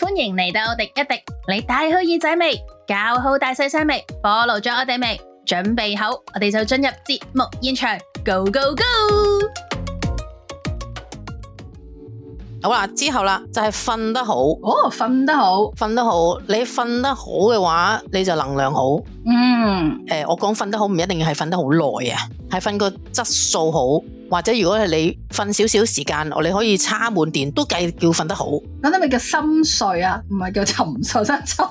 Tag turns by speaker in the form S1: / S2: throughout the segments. S1: 歡迎嚟到廸一廸，你帶好耳仔未？搞好大細聲未？暴露咗我哋未？準備好，我哋就進入節目現場，Go Go Go！
S2: 好啦，之後啦，就係瞓得好，
S1: 哦，瞓得好，
S2: 瞓得好，你瞓得好嘅話，你就能量好。
S1: 嗯，
S2: 誒、我講瞓得好唔一定係瞓得好耐啊，係瞓個質素好，或者如果係你瞓少少時間，你可以叉滿電都計叫瞓得好。
S3: 嗰啲咪叫深睡啊，唔係叫沉睡，真沉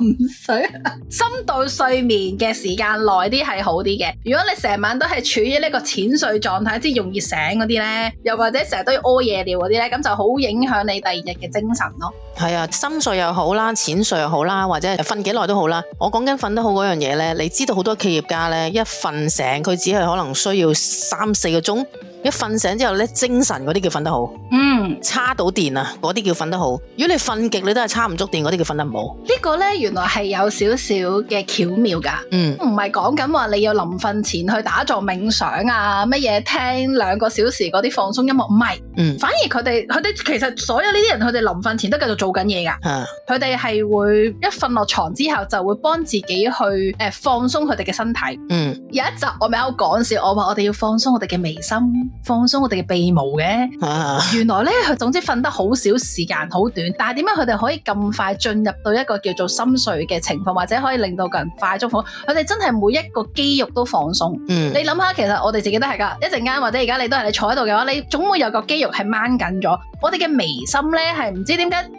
S3: 睡。深度睡眠嘅時間耐啲係好啲嘅。如果你成晚都係處於呢個淺睡狀態，即係容易醒嗰啲咧，又或者成日都要屙夜尿嗰啲咧，咁就好影響你第二日嘅精神咯。
S2: 係啊，深睡又好啦，淺睡又好啦，或者係瞓幾耐都好啦。我講緊瞓得好嗰樣嘢呢，你知道好多企業家呢，一瞓醒佢只係可能需要三四個鐘，一瞓醒之後呢，精神嗰啲叫瞓得好，
S3: 嗯，呢、
S2: 叉到電啊嗰啲叫瞓得好。如果你瞓極你都係叉唔足電嗰啲叫瞓得唔好。
S3: 個咧原來係有少少嘅巧妙㗎。
S2: 嗯，
S3: 唔係講緊話你要臨瞓前去打坐冥想啊，乜嘢聽兩個小時嗰啲放鬆音樂，唔係，
S2: 嗯
S3: 反而佢哋佢哋其實所有呢啲人，佢哋臨瞓前都繼續做緊嘢㗎。
S2: 啊，
S3: 佢哋係會一瞓落床之後就會幫自己去誒、呃放鬆佢哋嘅身體。
S2: 嗯
S3: 有一集我咪喺度講笑，我話我哋要放鬆我哋嘅眉心，放鬆我哋嘅鼻毛嘅。
S2: 啊，
S3: 原來咧，佢總之瞓得好少時間，好短。但係點解佢哋可以咁快進入到一個叫做深睡嘅情況，或者可以令到個人快速放？佢哋真係每一個肌肉都放鬆。
S2: 嗯
S3: 你諗下，其實我哋自己都係㗎，一陣間或者而家你都係你坐喺度嘅話，你總會有個肌肉係掹緊咗。我哋嘅眉心咧係唔知點解，硬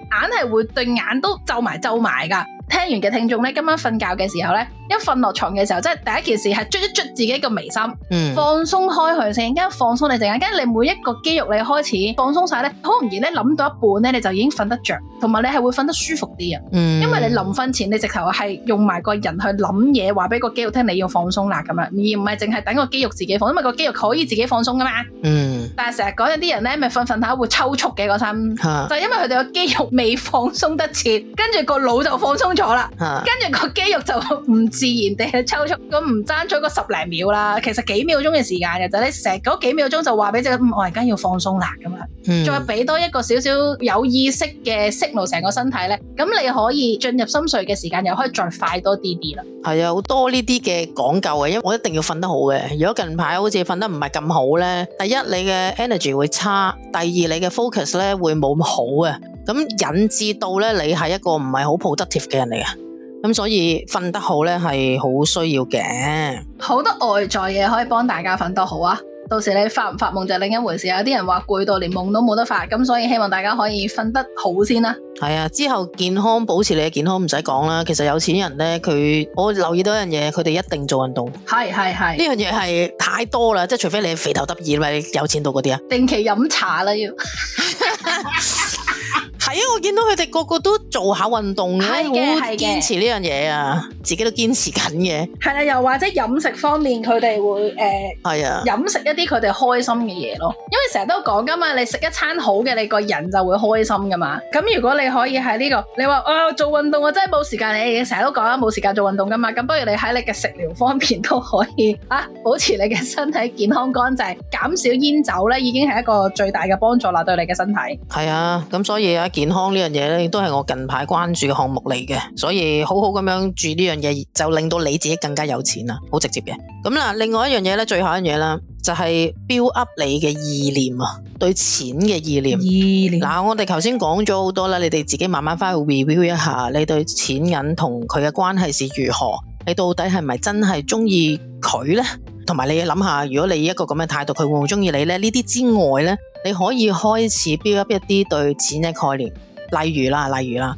S3: 係會對眼都皺埋皺埋㗎。聽完嘅聽眾咧，今晚瞓覺嘅時候咧，一瞓落床嘅時候，即係第一件事係捽一捽自己個眉心，
S2: 嗯，
S3: 放鬆開佢先，跟住放鬆你陣間，跟住你每一個肌肉你開始放鬆晒咧，好容易咧諗到一半咧，你就已經瞓得着，同埋你係會瞓得舒服啲啊。
S2: 嗯
S3: 因為你臨瞓前，你直頭係用埋個人去諗嘢，話俾個肌肉聽你要放鬆啦咁樣，而唔係淨係等個肌肉自己放，因為個肌肉可以自己放鬆噶嘛。
S2: 嗯
S3: 但係成日講有啲人咧，咪瞓瞓下會抽搐嘅個身，
S2: 吓
S3: 就係因為佢哋個肌肉未放鬆得切，跟住個腦就放鬆咗啦。
S2: 吓
S3: 跟住個肌肉就唔自然地去抽搐，咁唔爭咗個十零秒啦，其實幾秒鐘嘅時間嘅就你成嗰幾秒鐘就話俾自己，嗯我而家要放鬆啦咁樣。啊
S2: 嗯
S3: 再俾多一個少少有意識嘅 signal 成個身體咧，咁你可以進入深睡嘅時間又可以再快多啲啲啦。
S2: 係啊，好多呢啲嘅講究啊嘅，因為我一定要瞓得好嘅。如果近排好似瞓得唔係咁好呢，第一你嘅 energy 會差，第二你嘅 focus 咧會冇咁好啊，咁引致到咧你係一個唔係好 productive 嘅人嚟嘅。咁所以瞓得好咧係好需要嘅。
S3: 好多外在嘢可以幫大家瞓得好啊！到時你發唔發夢就另一回事啊！有啲人話攰到連夢都冇得發，咁所以希望大家可以瞓得好先啦。
S2: 係啊，之後健康保持你嘅健康唔使講啦。其實有錢人咧，佢我留意到一樣嘢，佢哋一定做運動。呢
S3: 係係係，
S2: 樣嘢係太多啦，即係除非你係肥頭耷耳咪有錢到嗰啲啊。
S3: 定期飲茶啦要。
S2: 係啊，我見到佢哋個個都做下運動嘅，
S3: 係
S2: 好
S3: 嘅係嘅
S2: 堅持呢樣嘢啊，自己都堅持緊嘅，
S3: 係啦，又或者飲食方面佢哋會誒、呃、
S2: 係啊，
S3: 飲食一啲佢哋開心嘅嘢咯，因為成日都講噶嘛，你食一餐好嘅，你個人就會開心噶嘛。咁如果你可以喺呢、個，你話啊做運動我真係冇時間，你成日都講啦冇時間做運動噶嘛，咁不如你喺你嘅食療方面都可以 啊，保持你嘅身體健康乾淨，減少煙酒咧已經係一個最大嘅幫助啦，對你嘅身體。
S2: 係啊，咁所以啊，健康呢樣嘢咧，都係我近排關注嘅項目嚟嘅，所以好好咁樣注意呢樣嘢，就令到你自己更加有錢啦，好直接嘅。咁啦，另外一樣嘢咧，最後一樣嘢啦，就係 build up 你嘅意念啊，對錢嘅意念。
S3: 意念
S2: 嗱，我哋頭先講咗好多啦，你哋自己慢慢翻去 review 一下，你對錢銀同佢嘅關係是如何？你到底係咪真係中意佢呢？同埋你諗下，如果你以一個咁嘅態度，佢會唔會中意你呢？呢啲之外呢，你可以開始 build up 一啲對錢嘅概念，例如啦，例如啦，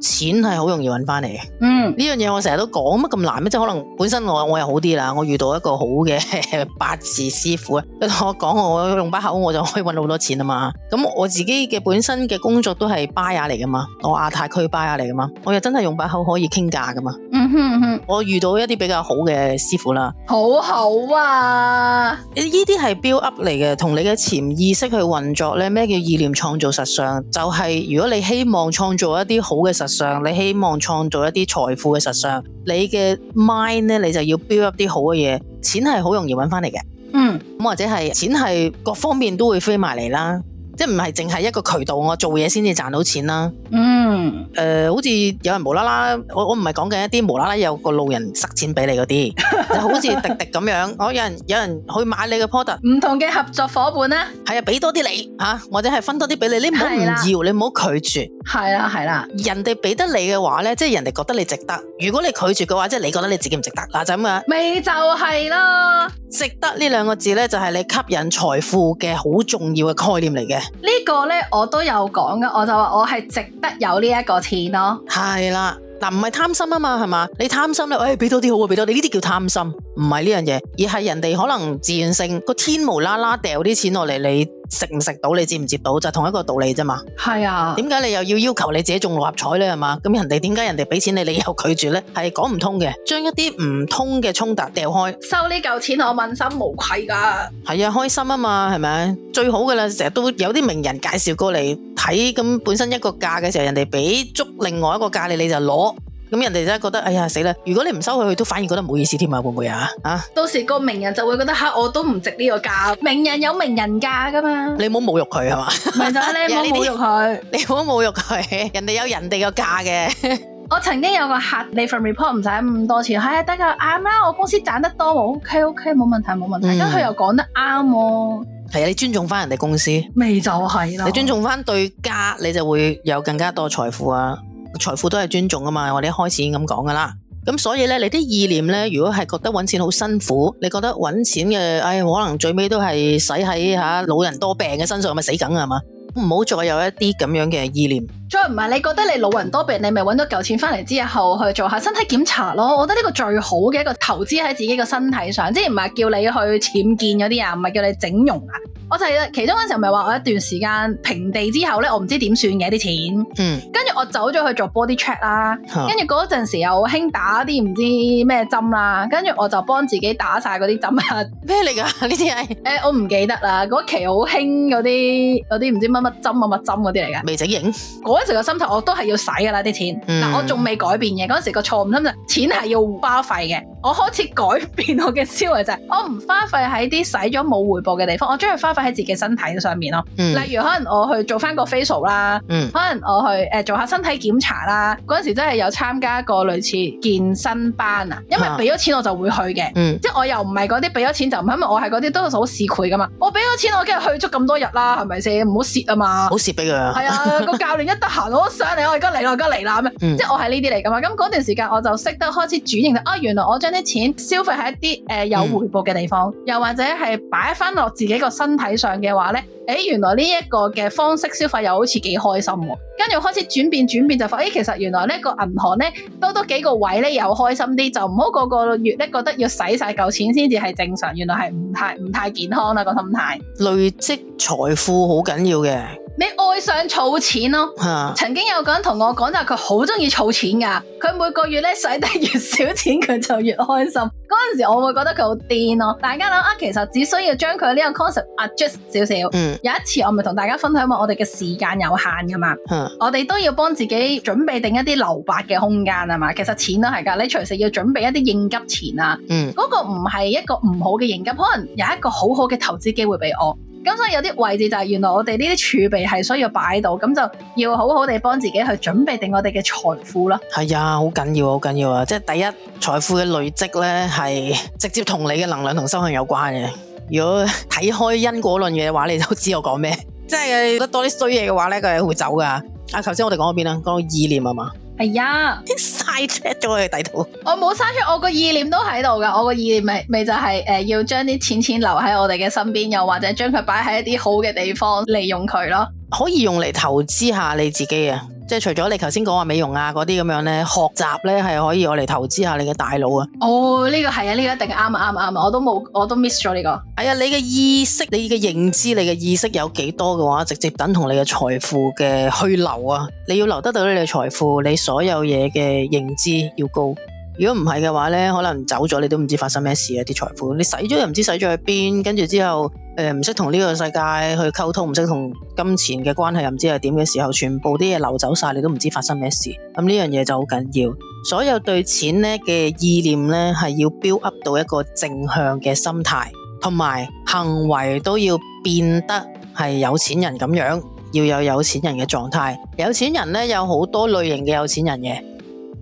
S2: 錢係好容易揾翻嚟嘅。
S3: 嗯
S2: 呢樣嘢我成日都講乜咁難咩？即係可能本身我我又好啲啦，我遇到一個好嘅 八字師傅啊，佢同我講我用把口我就可以揾好多錢啊嘛。咁我自己嘅本身嘅工作都係巴雅嚟噶嘛，我亞太區巴雅嚟噶嘛，我又真係用把口可以傾價噶嘛。
S3: 嗯哼嗯哼，
S2: 我遇到一啲比較好嘅師傅啦，
S3: 好好啊，
S2: 呢啲係 build up 嚟嘅，同你嘅潛意識去運作咧。咩叫意念創造實相？就係、如果你希望創造一啲好嘅實相，你希望創造一啲財富嘅實相，你嘅 mind 咧，你就要 build up 啲好嘅嘢。錢係好容易揾翻嚟嘅，
S3: 嗯
S2: 咁或者係錢係各方面都會飛埋嚟啦。即系唔係淨係一個渠道，我做嘢先至賺到錢啦。
S3: 嗯，
S2: 诶、好似有人無啦啦，我我唔係講緊一啲無啦啦有個路人塞錢俾你嗰啲，就好似滴滴咁樣，哦我有人有人去買你嘅 product，
S3: 唔同嘅合作伙伴啦，
S2: 係啊，俾多啲你吓、啊或者係分多啲俾你，你唔好唔
S3: 係啦
S2: 要，你唔好拒絕。
S3: 係啦係啦，
S2: 人哋俾得你嘅話咧，即係人哋覺得你值得。如果你拒絕嘅話，即係你覺得你自己唔值得嗱，就咁啊。
S3: 咪就係啦。
S2: 值得呢兩個字咧，就係你吸引財富嘅好重要嘅概念嚟嘅。
S3: 呢個呢，我都有講噶，我就話我係值得有呢一個錢咯。
S2: 係啦，嗱，唔係貪心啊嘛，係嘛？你貪心咧，诶、俾多啲好啊，俾多啲，呢啲叫貪心，唔係呢樣嘢，而係人哋可能自愿性個天無啦啦掉啲錢落嚟，你食唔食到，你接唔接到，就同一個道理啫嘛。
S3: 係啊，
S2: 點解你又要要求你自己中六合彩咧？係嘛？咁人哋點解人哋俾錢你，你又拒絕咧？ 係講唔通嘅，將一啲唔通嘅衝突掉開。
S3: 收呢嚿錢我問心無愧㗎。
S2: 系啊，開心啊嘛，係咪？最好噶啦，成日都有啲名人介紹過嚟睇，咁本身一個價嘅時候，人哋俾足另外一個價你，你就攞。咁人哋真係覺得，哎呀死啦！如果你唔收佢，佢都反而覺得唔好意思添啊，會唔會啊？啊，
S3: 到時個名人就會覺得吓，我都唔值呢個價。名人有名人價㗎 嘛，
S2: 你唔好侮辱佢係嘛？
S3: 咪就係你唔好
S2: 有呢啲
S3: 侮辱佢。
S2: 你唔好侮辱佢，人哋有人哋個價嘅，
S3: 我曾經有個客，你份 report 唔使咁多錢，係啊得㗎啱啦，我公司賺得多喎，OK OK 冇問題冇問題。跟
S2: 嗯
S3: 住佢又講得啱喎，
S2: 係啊，你尊重翻人哋公司，你
S3: 咪就係啦。
S2: 尊重翻對家，你就會有更加多財富啊！財富都係尊重啊嘛，我哋一開始已經咁講噶啦。咁所以咧，你啲意念咧，如果係覺得揾錢好辛苦，你覺得揾錢嘅，唉、可能最尾都係使喺吓老人多病嘅身上，咪死梗啊係嘛！唔好再有一啲咁樣嘅意念，
S3: 再唔係你覺得你老人多病，你咪揾咗嚿錢翻嚟之後去做下身體檢查咯。我覺得呢個最好嘅一個投資喺自己個身體上，即係唔係叫你去僭建嗰啲啊，唔係叫你整容啊。我就係其中嗰陣時候咪話我一段時間平地之後咧，我唔知點算嘅啲錢，
S2: 嗯，啊
S3: 跟住我走咗去做 body check 啦。
S2: 嚇
S3: 跟住嗰陣時又興打啲唔知咩針啦，跟住我就幫自己打晒嗰啲針啦。
S2: 咩嚟㗎？ 呢啲係
S3: 誒、我唔記得啦，嗰期好興嗰啲嗰啲唔知乜乜針啊乜針嗰啲嚟嘅。
S2: 未整形，
S3: 嗰陣時個心態我都係要使㗎啦啲錢，
S2: 嗯
S3: 嗱、我仲未改變嘅嗰陣時個錯誤心就係錢係要花費嘅，我開始改變我嘅思維就係、我唔花費喺啲使咗冇回報嘅地方，我將佢花費喺自己身體上面咯，
S2: 嗯
S3: 例如可能我去做翻個 facial 啦。
S2: 嗯，
S3: 可能我去誒、呃做下身體檢查啦，嗰陣時真係有參加過類似健身班啊，因為
S2: 啊
S3: 俾咗錢我就會去嘅，
S2: 嗯
S3: 即係我又唔係嗰啲俾咗錢就唔肯，因為我係嗰啲都好市儈噶嘛，我俾咗錢我梗係去足咁多日啦，係咪先？唔好蝕啊嘛
S2: 好，蝕俾佢啊，
S3: 係啊，個教練一得閒我上嚟，我而家嚟啦，我而家嚟啦咁樣
S2: 嗯
S3: 即係我係呢啲嚟噶嘛，咁嗰段時間我就識得開始轉型啦。啊，原來我將啲錢消費喺一啲誒、呃有回報嘅地方，又或者係擺翻落自己個身體上嘅話咧，誒原來呢一個嘅方式消費又好似幾開心喎。跟住開始轉變轉變就發，誒、其實原來呢個銀行咧多多幾個位咧又開心啲，就唔好個個月咧覺得要使晒嚿錢先至係正常，原來係唔太唔太健康啦、個心態。
S2: 累積財富好緊要嘅
S3: 你愛上儲錢咯。
S2: 嚇。
S3: 曾經有個人同我講就係佢好中意儲錢㗎，佢每個月咧使得越少錢佢就越開心。嗰陣時我會覺得佢好癲咯。大家諗啊，其實只需要將佢呢個 concept adjust 少少。
S2: 嗯
S3: 有一次我咪同大家分享話，我哋嘅時間有限㗎嘛，
S2: 嗯
S3: 我哋都要幫自己準備定一啲留白嘅空間啊嘛。其實錢都係㗎，你隨時要準備一啲應急錢啊。
S2: 嗯
S3: 嗰個唔係一個唔好嘅應急，可能有一個好好嘅投資機會俾我。咁所以有啲位置就係原來我哋呢啲儲備係需要擺到，咁就要好好地幫自己去準備定我哋嘅財富啦。
S2: 係啊，好緊要，好緊要啊！即係第一，財富嘅累積呢，係直接同你嘅能量同修行有關嘅。如果睇開因果論嘅話，你都知我講咩。 即係得多啲衰嘢嘅話呢，佢係會走噶。啊，頭先我哋講到邊啊？講到意念啊嘛，
S3: 係哎呀，
S2: 晒 check 咗佢底度。
S3: 我冇嘥出，我個意念都喺度㗎。我個意念咪咪就係、呃要將啲錢錢留喺我哋嘅身邊，又或者將佢擺喺一啲好嘅地方利用佢咯。
S2: 可以用嚟投資下你自己啊！即係除咗你頭先講話美容啊嗰啲咁樣呢，學習呢係可以我嚟投資下你嘅大腦啊！
S3: 哦，呢、個係啊，呢、個一定啱啊啱啊啱啊！我都冇，我都 miss 咗呢個。
S2: 係啊，你嘅意識、你嘅認知、你嘅意識有幾多嘅話，直接等同你嘅財富嘅去留啊！你要留得到你嘅財富，你所有嘢嘅認知要高。如果唔係嘅話呢，可能走咗你都唔知發生咩事啊！啲財富你使咗又唔知使咗去邊，跟住之後誒唔識同呢個世界去溝通，唔識同金錢嘅關係又唔知係點嘅時候，全部啲嘢流走晒，你都唔知發生咩事。咁呢樣嘢就好緊要。所有對錢咧嘅意念咧，係要 build up 到一個正向嘅心態，同埋行為都要變得係有錢人咁樣，要有有錢人嘅狀態。有錢人咧有好多類型嘅有錢人嘅，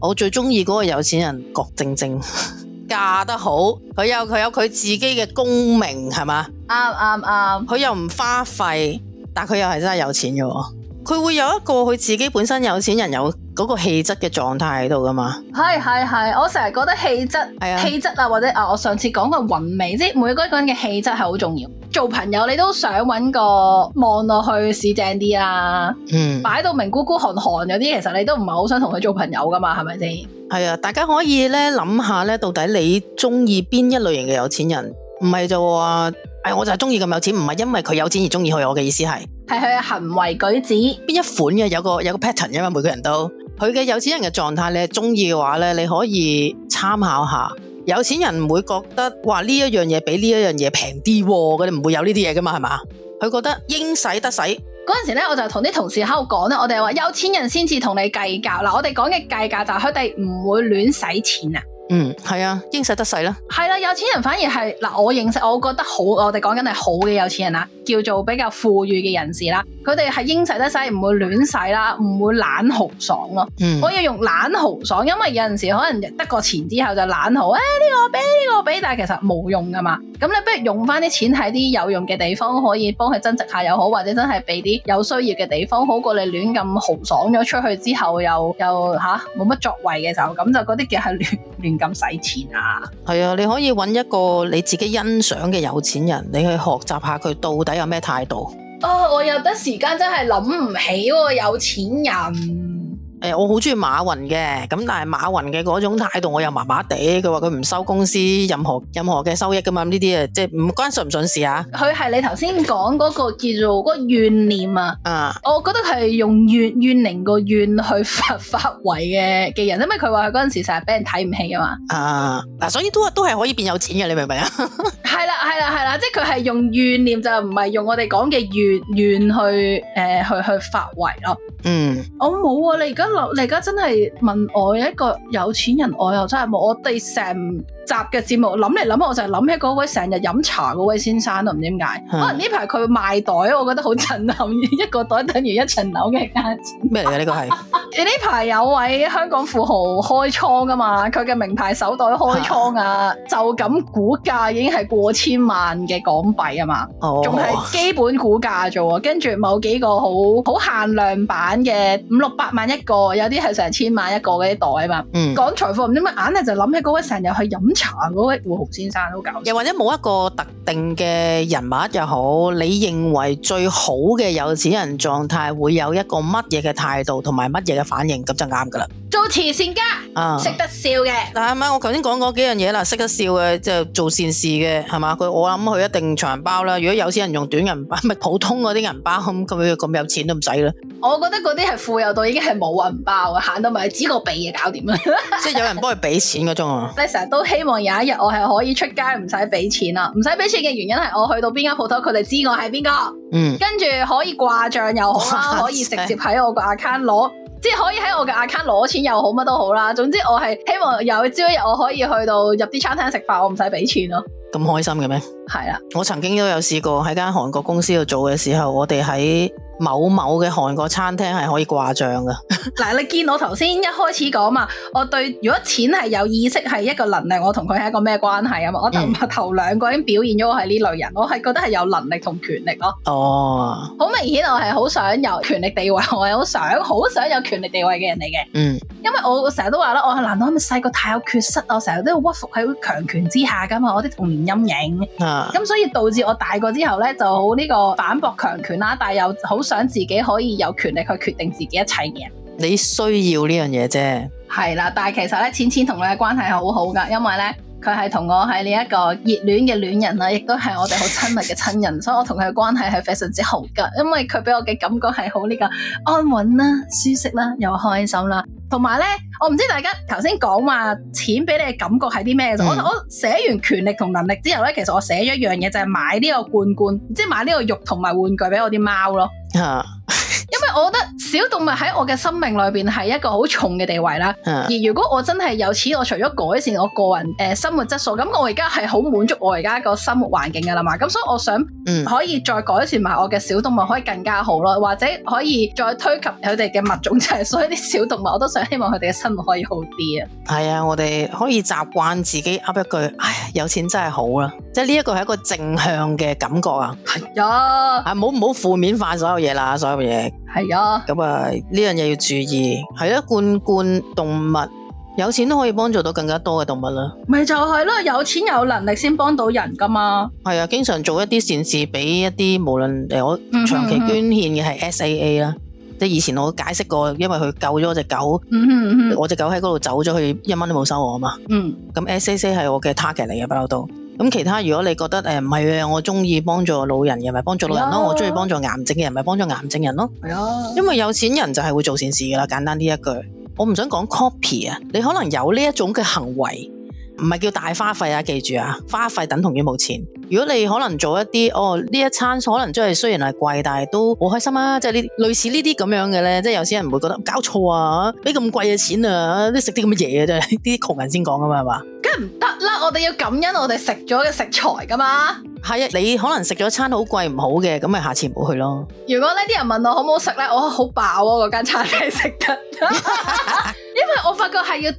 S2: 我最中意嗰個有錢人郭晶晶， 嫁得好，佢有佢有佢自己嘅功名係嘛，
S3: 啱啱啱，
S2: 佢又唔花費，但佢又係真係有錢嘅喎。佢會有一個佢自己本身有錢人有嗰個氣質嘅狀態喺度噶嘛，
S3: 係係係，我成日覺得氣
S2: 係啊
S3: 質，氣質啊，或者啊，我上次講個韻味，即係每個人嘅氣質係好重要。做朋友你都想揾個望落去市正啲啦，
S2: 嗯。
S3: 擺到明咕咕寒寒有啲，其實你都唔係好想同佢做朋友噶嘛，係咪先？
S2: 系啊，大家可以咧諗下咧，到底你中意邊一類型嘅有錢人？唔係就話，哎，我就係中意咁有錢，唔係因為佢有錢而中意佢。我嘅意思係
S3: 係佢嘅行為舉止。
S2: 邊一款嘅有個有個 pattern 因嘛，每個人都佢嘅有錢人嘅狀態，你係中意嘅話咧，你可以參考下。有錢人唔會覺得哇呢一樣嘢比呢一樣嘢平啲喎，佢哋唔會有呢啲嘢噶嘛，係嘛？佢覺得應使得使，
S3: 嗰陣時咧，我就同啲同事喺度講咧，我哋話有錢人先至同你計較嗱，我哋講嘅計較就係佢哋唔會亂使錢啊。
S2: 嗯，係啊，應使得使啦，
S3: 係啦，有錢人反而係嗱，我認識，我覺得好，我哋講緊係好嘅有錢人啦，叫做比較富裕嘅人士啦，佢哋係應使得使，唔會亂使啦，唔會懶豪爽咯。
S2: 嗯
S3: 我，要用懶豪爽，因為有陣時可能得個錢之後就懶豪，誒、呢、個俾呢、個俾，但係其實冇用噶嘛。咁你不如用翻啲錢喺啲有用嘅地方，可以幫佢增值下又好，或者真係俾啲有需要嘅地方，好過你亂咁豪爽咗出去之後又又吓冇乜作為嘅時候，咁就嗰啲叫係亂 亂咁使錢啊。
S2: 係啊，你可以揾一個你自己欣賞嘅有錢人，你去學習下佢到底有咩態度。
S3: 哦，我有得時間真係諗唔起喎，有錢人。
S2: 誒、我好中意馬雲嘅，咁但係馬雲嘅嗰種態度我又麻麻地。佢話佢唔收公司任何任何嘅收益噶嘛，咁呢啲啊，即係唔關信唔信事啊。
S3: 佢係你頭先講嗰個叫做嗰個怨念啊，
S2: 啊，
S3: 我覺得佢係用怨怨靈個怨去發發圍嘅嘅人，因為佢話佢嗰陣時成日俾人睇唔起啊嘛。
S2: 啊，嗱，所以都都係可以變有錢嘅，你明唔明啊？
S3: 係啦，係啦，係啦，即係佢係用怨念就唔係用我哋講嘅怨怨去誒、呃去去發圍咯。
S2: 嗯，
S3: 我冇啊！你而家諗，你而家真係問我一個有錢人，我又真係冇。我哋成集嘅節目諗嚟諗去，我就係諗起嗰位成日飲茶嗰位先生咯，唔知點解。啊
S2: 嗯
S3: 可能呢排佢賣袋，我覺得好震撼，一個袋等於一層樓嘅價錢。
S2: 咩嚟嘅呢個係？
S3: 你呢排有位香港富豪開倉噶嘛？佢嘅名牌手袋開倉啊，就咁估價已經係過千萬嘅港幣啊嘛，
S2: 哦，
S3: 仲係基本估價啫喎。跟住某幾個好好限量版嘅五六百萬一個，有啲係成千萬一個嗰啲袋啊嘛。
S2: 嗯，
S3: 講財富唔知咩，硬係就諗起嗰位成日去飲茶嗰位富豪先生，好搞笑。
S2: 又或者冇一個特定嘅人物又好，你認為最好嘅有錢人狀態會有一個乜嘢嘅態度同埋乜嘢嘅反應，咁就啱噶啦。
S3: 做慈善家，
S2: 啊，
S3: 識得笑嘅。
S2: 嗱係咪？我頭先講嗰幾樣嘢啦，識得笑嘅，即係做善事嘅，係嘛？佢我諗佢一定長銀包啦。如果有錢人用短銀包， 咪普通嗰啲銀包咁，佢咁有錢都唔使啦。
S3: 我覺得嗰啲係富有到已經係冇銀包啊，行到埋只個鼻嘅搞掂啦。
S2: 即係有人幫佢俾錢嗰種啊。
S3: 你成日都希望有一日我係可以出街唔使俾錢啦，唔使俾錢嘅原因係我去到邊間鋪頭，佢哋知我係邊個，
S2: 嗯，
S3: 跟住可以掛帳又好啦，
S2: 哇
S3: 可以直接喺我個 account 攞，即係可以喺我嘅 account 攞錢又好，乜都好啦。總之我係希望有朝一日我可以去到入啲餐廳食飯，我唔使俾錢咯。
S2: 咁開心嘅咩？
S3: 係啦，
S2: 我曾經都有試過喺間韓國公司度做嘅時候，我哋喺某某嘅韓國餐廳係可以掛帳嘅。
S3: 嗱，你見我頭先一開始講嘛，我對如果錢係有意識係一個能力，我同佢係一個咩關係啊嘛？我頭、
S2: 嗯
S3: 頭兩個已經表現咗我係呢類人，我係覺得係有能力同權力咯。
S2: 哦，
S3: 好明顯，我係好想有權力地位，我係好想好想有權力地位嘅人嚟嘅。
S2: 嗯，
S3: 因為我成日都話啦，我係難道係咪細個太有缺失，啊我成日都要屈服喺強權之下噶嘛，我啲童年陰影。
S2: 啊，
S3: 咁所以導致我大個之後咧，就好呢個反駁強權啦，但係又好想自己可以有權力去決定自己一切嘅人。
S2: 你需要呢樣嘢啫。
S3: 係啦，但係其實咧，錢錢同佢嘅關係係好好噶，因為咧。佢係同我係呢一個熱戀嘅戀人啊啦，亦都係我哋好親密嘅親人，啊所以我同佢嘅關係係非常之好噶，因為佢俾我嘅感覺係好呢個安穩啦、舒適啦、又開心啦，同埋咧，我唔知大家頭先講話錢俾你嘅感覺係啲咩嘅時候，
S2: 嗯
S3: 我我寫完權力同能力之後咧，其實我寫咗一樣嘢就係買呢個罐罐，即係買呢個肉同埋玩具俾我啲貓咯，
S2: 啊，
S3: 因為係我覺得小動物喺我嘅生命裏边係一個好重嘅地位啦。
S2: 嗯
S3: 而如果我真係有錢，我除咗改善我個人诶、呃生活質素，咁我而家係好滿足我而家個生活環境噶啦嘛。咁所以我想
S2: 嗯
S3: 可以再改善埋我嘅小動物，可以更加好咯，或者可以再推及佢哋嘅物種，就係所以啲小動物我都想希望佢哋嘅生活可以好啲啊。
S2: 系啊，我哋可以習慣自己噏一句，唉，有錢真係好啦，即係呢一個係一個正向嘅感覺啊，
S3: 係啊，
S2: 啊，唔好唔好負面化所有嘢啦，所有嘢，
S3: 係啊，
S2: 咁啊呢樣嘢要注意，係啦，罐罐動物有錢都可以幫助到更加多嘅動物啦，
S3: 咪就係咯，有錢有能力先幫到人噶嘛。
S2: 係啊，經常做一啲善事俾一啲無論诶我
S3: 嗯哼
S2: 長期捐獻嘅係 SAA 啦，即係以前我解釋過，因為佢救咗我只狗，
S3: 嗯哼嗯哼
S2: 我只狗喺嗰度走咗，佢一蚊都冇收我啊嘛。
S3: 嗯
S2: 咁 SAC 係我嘅 target 嚟嘅不嬲都。咁其他如果你覺得誒唔係啊，我中意幫助老人嘅咪幫助老人
S3: 係啊
S2: 咯，我中意幫助癌症嘅人咪幫助癌症人咯。
S3: 係啊，
S2: 因為有錢人就係會做善事噶啦，簡單呢一句。我唔想講 copy 啊，你可能有呢一種嘅行為，唔係叫大花費啊，記住啊，花費等同於冇錢。如果你可能做一啲哦呢一餐可能真係雖然係貴，但係都好開心啊！即係呢類似呢啲咁樣嘅咧，即係有啲人會覺得搞錯啊，俾咁貴嘅錢啊， 你食啲咁嘅嘢啊，真係啲窮人先講噶嘛，係嘛？
S3: 梗係唔得啦，我哋要感恩我哋食咗嘅食材噶嘛。
S2: 係啊，你可能食咗餐好貴唔好嘅，咁咪下次唔好去咯。
S3: 如果呢啲人問我好唔好食咧，我好飽啊！嗰間餐廳食得， 因為我發覺係要即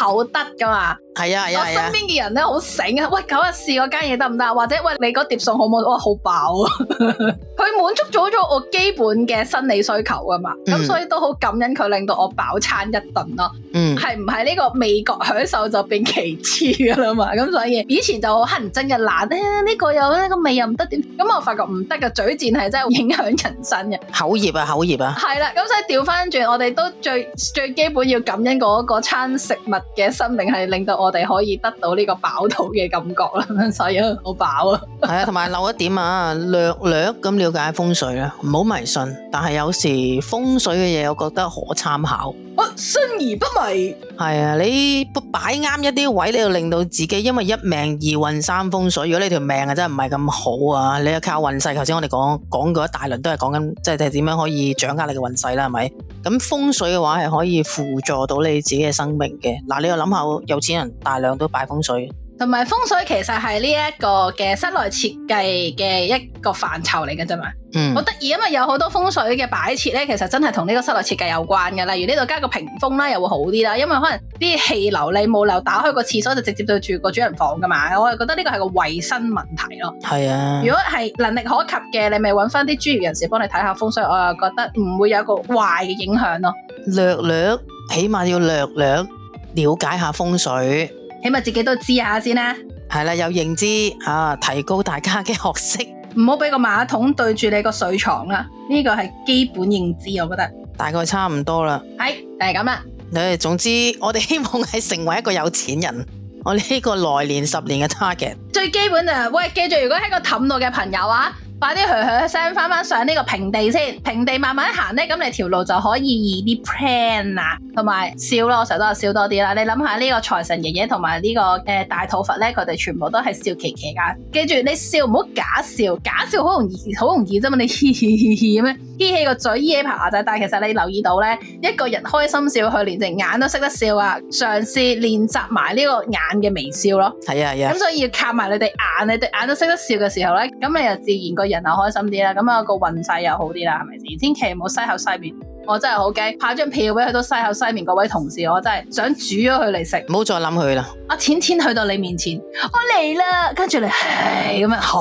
S3: 口得噶嘛。
S2: 係啊係
S3: 我
S2: 啊係
S3: 身
S2: 啊，
S3: 邊嘅人咧好醒啊，喂，九日試嗰間嘢得唔得啊？或者喂，你嗰碟餸好唔好？哇，好飽啊！ 佢滿足咗咗我基本嘅生理需求噶嘛，咁、
S2: 嗯
S3: 所以都好感恩佢令到我飽餐一頓咯。
S2: 嗯
S3: 係唔係呢個味覺享受就變其次噶啦嘛？ 咁所以以前就好乞人憎嘅懶咧，呢、個又呢、個味又唔得點？咁我發覺唔得嘅嘴賤係真係影響人生嘅。
S2: 口業啊口業啊，
S3: 係啦，咁所以調翻轉，我哋都最最基本要感恩嗰個餐食物嘅生命，係令到我哋可以得到呢個飽肚嘅感覺啦。咁所以好飽啊！
S2: 係啊，同埋漏一點啊，略略咁了解風水啦，唔好迷信。但係有時風水嘅嘢，我覺得可參考。
S3: 我信而不迷，
S2: 係啊，你擺啱一啲位，你就令到自己因為一命二運三風水。如果你條命啊真係唔係咁好啊，你又靠運勢。頭先我哋講講過一大輪，都係講緊即係點樣可以掌握你嘅運勢啦，係咪？咁風水嘅話係可以輔助到你自己嘅生命嘅。嗱，你又諗下，有錢人大量都拜風水，
S3: 同埋風水其實係呢一個嘅室內設計嘅一個範疇嚟嘅啫嘛。
S2: 嗯
S3: 好，得意，因為有好多風水嘅擺設咧，其實真係同呢個室內設計有關嘅。例如呢度加個屏風啦，又會好啲啦。因為可能啲氣流你冇流打開個廁所就直接對住個主人房噶嘛。我係覺得呢個係個衞生問題咯。
S2: 係啊
S3: 如，果係能力可及嘅，你咪揾翻啲專業人士幫你睇下風水，我又覺得唔會有個壞嘅影響咯。
S2: 略略起碼要略略了解下風水，
S3: 起碼自己都知下先啦，
S2: 係啦，有認知啊，提高大家嘅學識。
S3: 唔好俾個馬桶對住你個水床啦。呢個係基本認知，我覺得
S2: 大概差唔多啦。
S3: 係就係咁啦。
S2: 誒，總之我哋希望係成為一個有錢人，我哋呢個來年十年嘅 target。
S3: 最基本就係喂，記住如果喺個氹度嘅朋友啊，快啲噓噓聲翻翻上呢個平地先，平地慢慢行咧，咁你條路就可以易啲 plan 啦，同埋笑咯，我成日都話笑多啲啦。你諗下呢個財神爺爺同埋呢個誒、呃大肚佛咧，佢哋全部都係笑騎騎噶。記住你笑唔好假笑，假笑好容易好容易啫嘛，你嘻嘻嘻嘻咁樣嘻起個嘴，嘻起排牙仔，但係其實你留意到咧，一個人開心笑，佢連隻眼都識得笑啊，嘗試練習埋呢個眼嘅微笑咯。
S2: 係啊係啊
S3: 咁，所以要靠埋你哋眼，你哋眼都識得笑嘅時候咧，咁你就自然個人又開心啲啦，咁啊個運勢又好啲啦，係咪先？千祈唔好西口西面，我真係好驚，派張票俾佢都西口西面嗰位同事，我真係想煮咗佢嚟 食。
S2: 唔好再諗佢啦。
S3: 阿淺淺啊去到你面前，我嚟啦，跟住你唉咁樣嚇，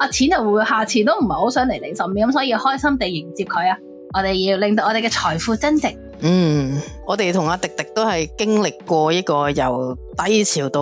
S3: 阿淺就會下次都唔係好想嚟你身邊，咁所以要開心地迎接佢啊！我哋要令到我哋嘅財富增值。
S2: 嗯，我哋同阿迪迪都係經歷過一個由低潮到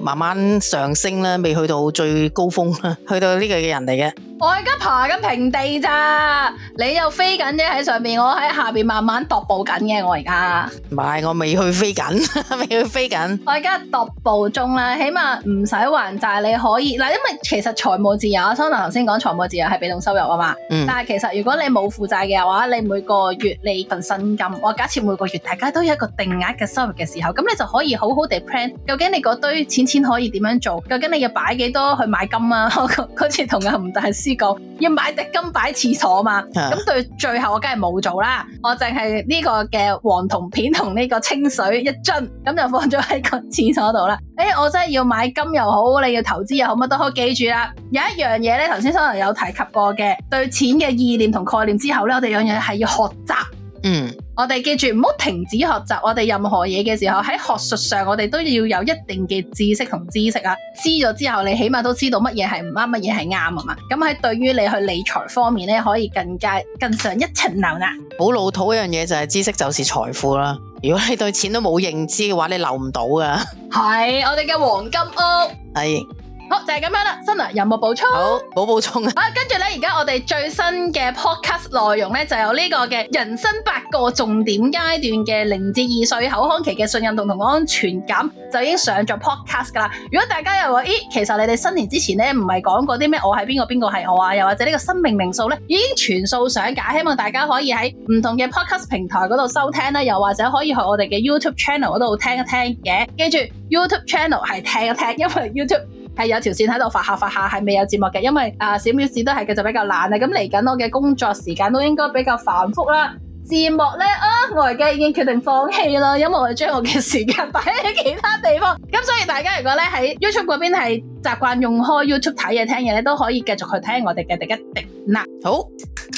S2: 慢慢上升啦，未去到最高峰啦， 去到呢個嘅人嚟嘅。
S3: 我而家爬緊平地咋，你又飛緊啫喺上面，我喺下面慢慢踱步緊嘅。我而家，
S2: 唔係，我未去飛緊， 未去飛緊。
S3: 我而家踱步中啦，起碼唔使還債，你可以嗱，因為其實財務自由，阿 Sona 頭先講財務自由係被動收入啊嘛，
S2: 嗯，
S3: 但係其實如果你冇負債嘅話，你每個月你份薪金，我假設每個月大家都有一個定額嘅收入嘅時候，咁你就可以好好地 plan friend，究竟你嗰堆錢錢可以點樣做？究竟你要擺幾多去買金啊？ 我嗰嗰次同阿吳大師講，要買滴金擺廁所嘛。
S2: 啊
S3: 咁對最後我梗係冇做啦，我淨係呢個嘅黃銅片同呢個清水一樽，咁就放咗喺個廁所度啦。 誒、我真係要買金又好，你要投資又好，乜都好，記住啦。有一樣嘢咧，頭先可能有提及過嘅，對錢嘅意念同概念之後咧，我哋有樣嘢係要學習。
S2: 嗯，
S3: 我哋記住唔好停止學習，我哋任何嘢嘅時候喺學術上，我哋都要有一定嘅知識同知識啊。知咗之後，你起碼都知道乜嘢係唔啱，乜嘢係啱啊嘛。咁喺對於你去理財方面咧，可以更加更上一層樓啦。
S2: 好老土一樣嘢就係知識就是財富啦。如果你對錢都冇認知嘅話，你留唔到噶。
S3: 係我哋嘅黃金屋，
S2: 係
S3: 好就係、咁樣啦。新娘有冇補充？
S2: 好冇補充啊？
S3: 啊，跟住咧，而家我哋最新嘅 podcast 內容咧，就有呢個嘅人生八個重點階段嘅零至二歲口腔期嘅信任度同安全感，就已經上咗 podcast 噶啦。如果大家又話，咦，其實你哋新年之前咧，唔係講過啲咩我係邊個邊個係我啊，又或者呢個生命靈數咧，已經全數上架，希望大家可以喺唔同嘅 podcast 平台嗰度收聽啦，又或者可以去我哋嘅 YouTube channel 嗰度聽一聽嘅。記住 YouTube channel 啊係聽一聽，因為 YouTube。係有條線喺度發下發下，係未有節目嘅，因為啊小秒市都係嘅就比較懶啦。咁嚟緊我嘅工作時間都應該比較繁複啦。節目呢，啊，我而家已經決定放棄啦，因為我將我嘅時間擺喺其他地方。咁所以大家如果咧喺 YouTube 嗰邊係習慣用開 YouTube 睇嘢聽嘢咧，都可以繼續去聽我哋嘅第一滴啦，
S2: 好，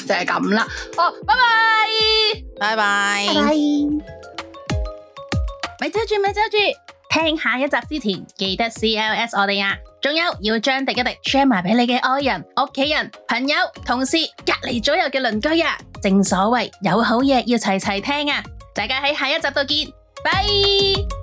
S3: 就係咁啦。哦，拜拜，
S2: 拜拜。
S1: 咪走住，咪走住，聽下一集之前記得 CLS 我哋啊！仲有要將廸一廸 share 埋俾你嘅愛人、屋企人、朋友、同事、隔離左右嘅鄰居啊！正所謂有好嘢要齊齊聽啊！大家喺下一集度見，拜。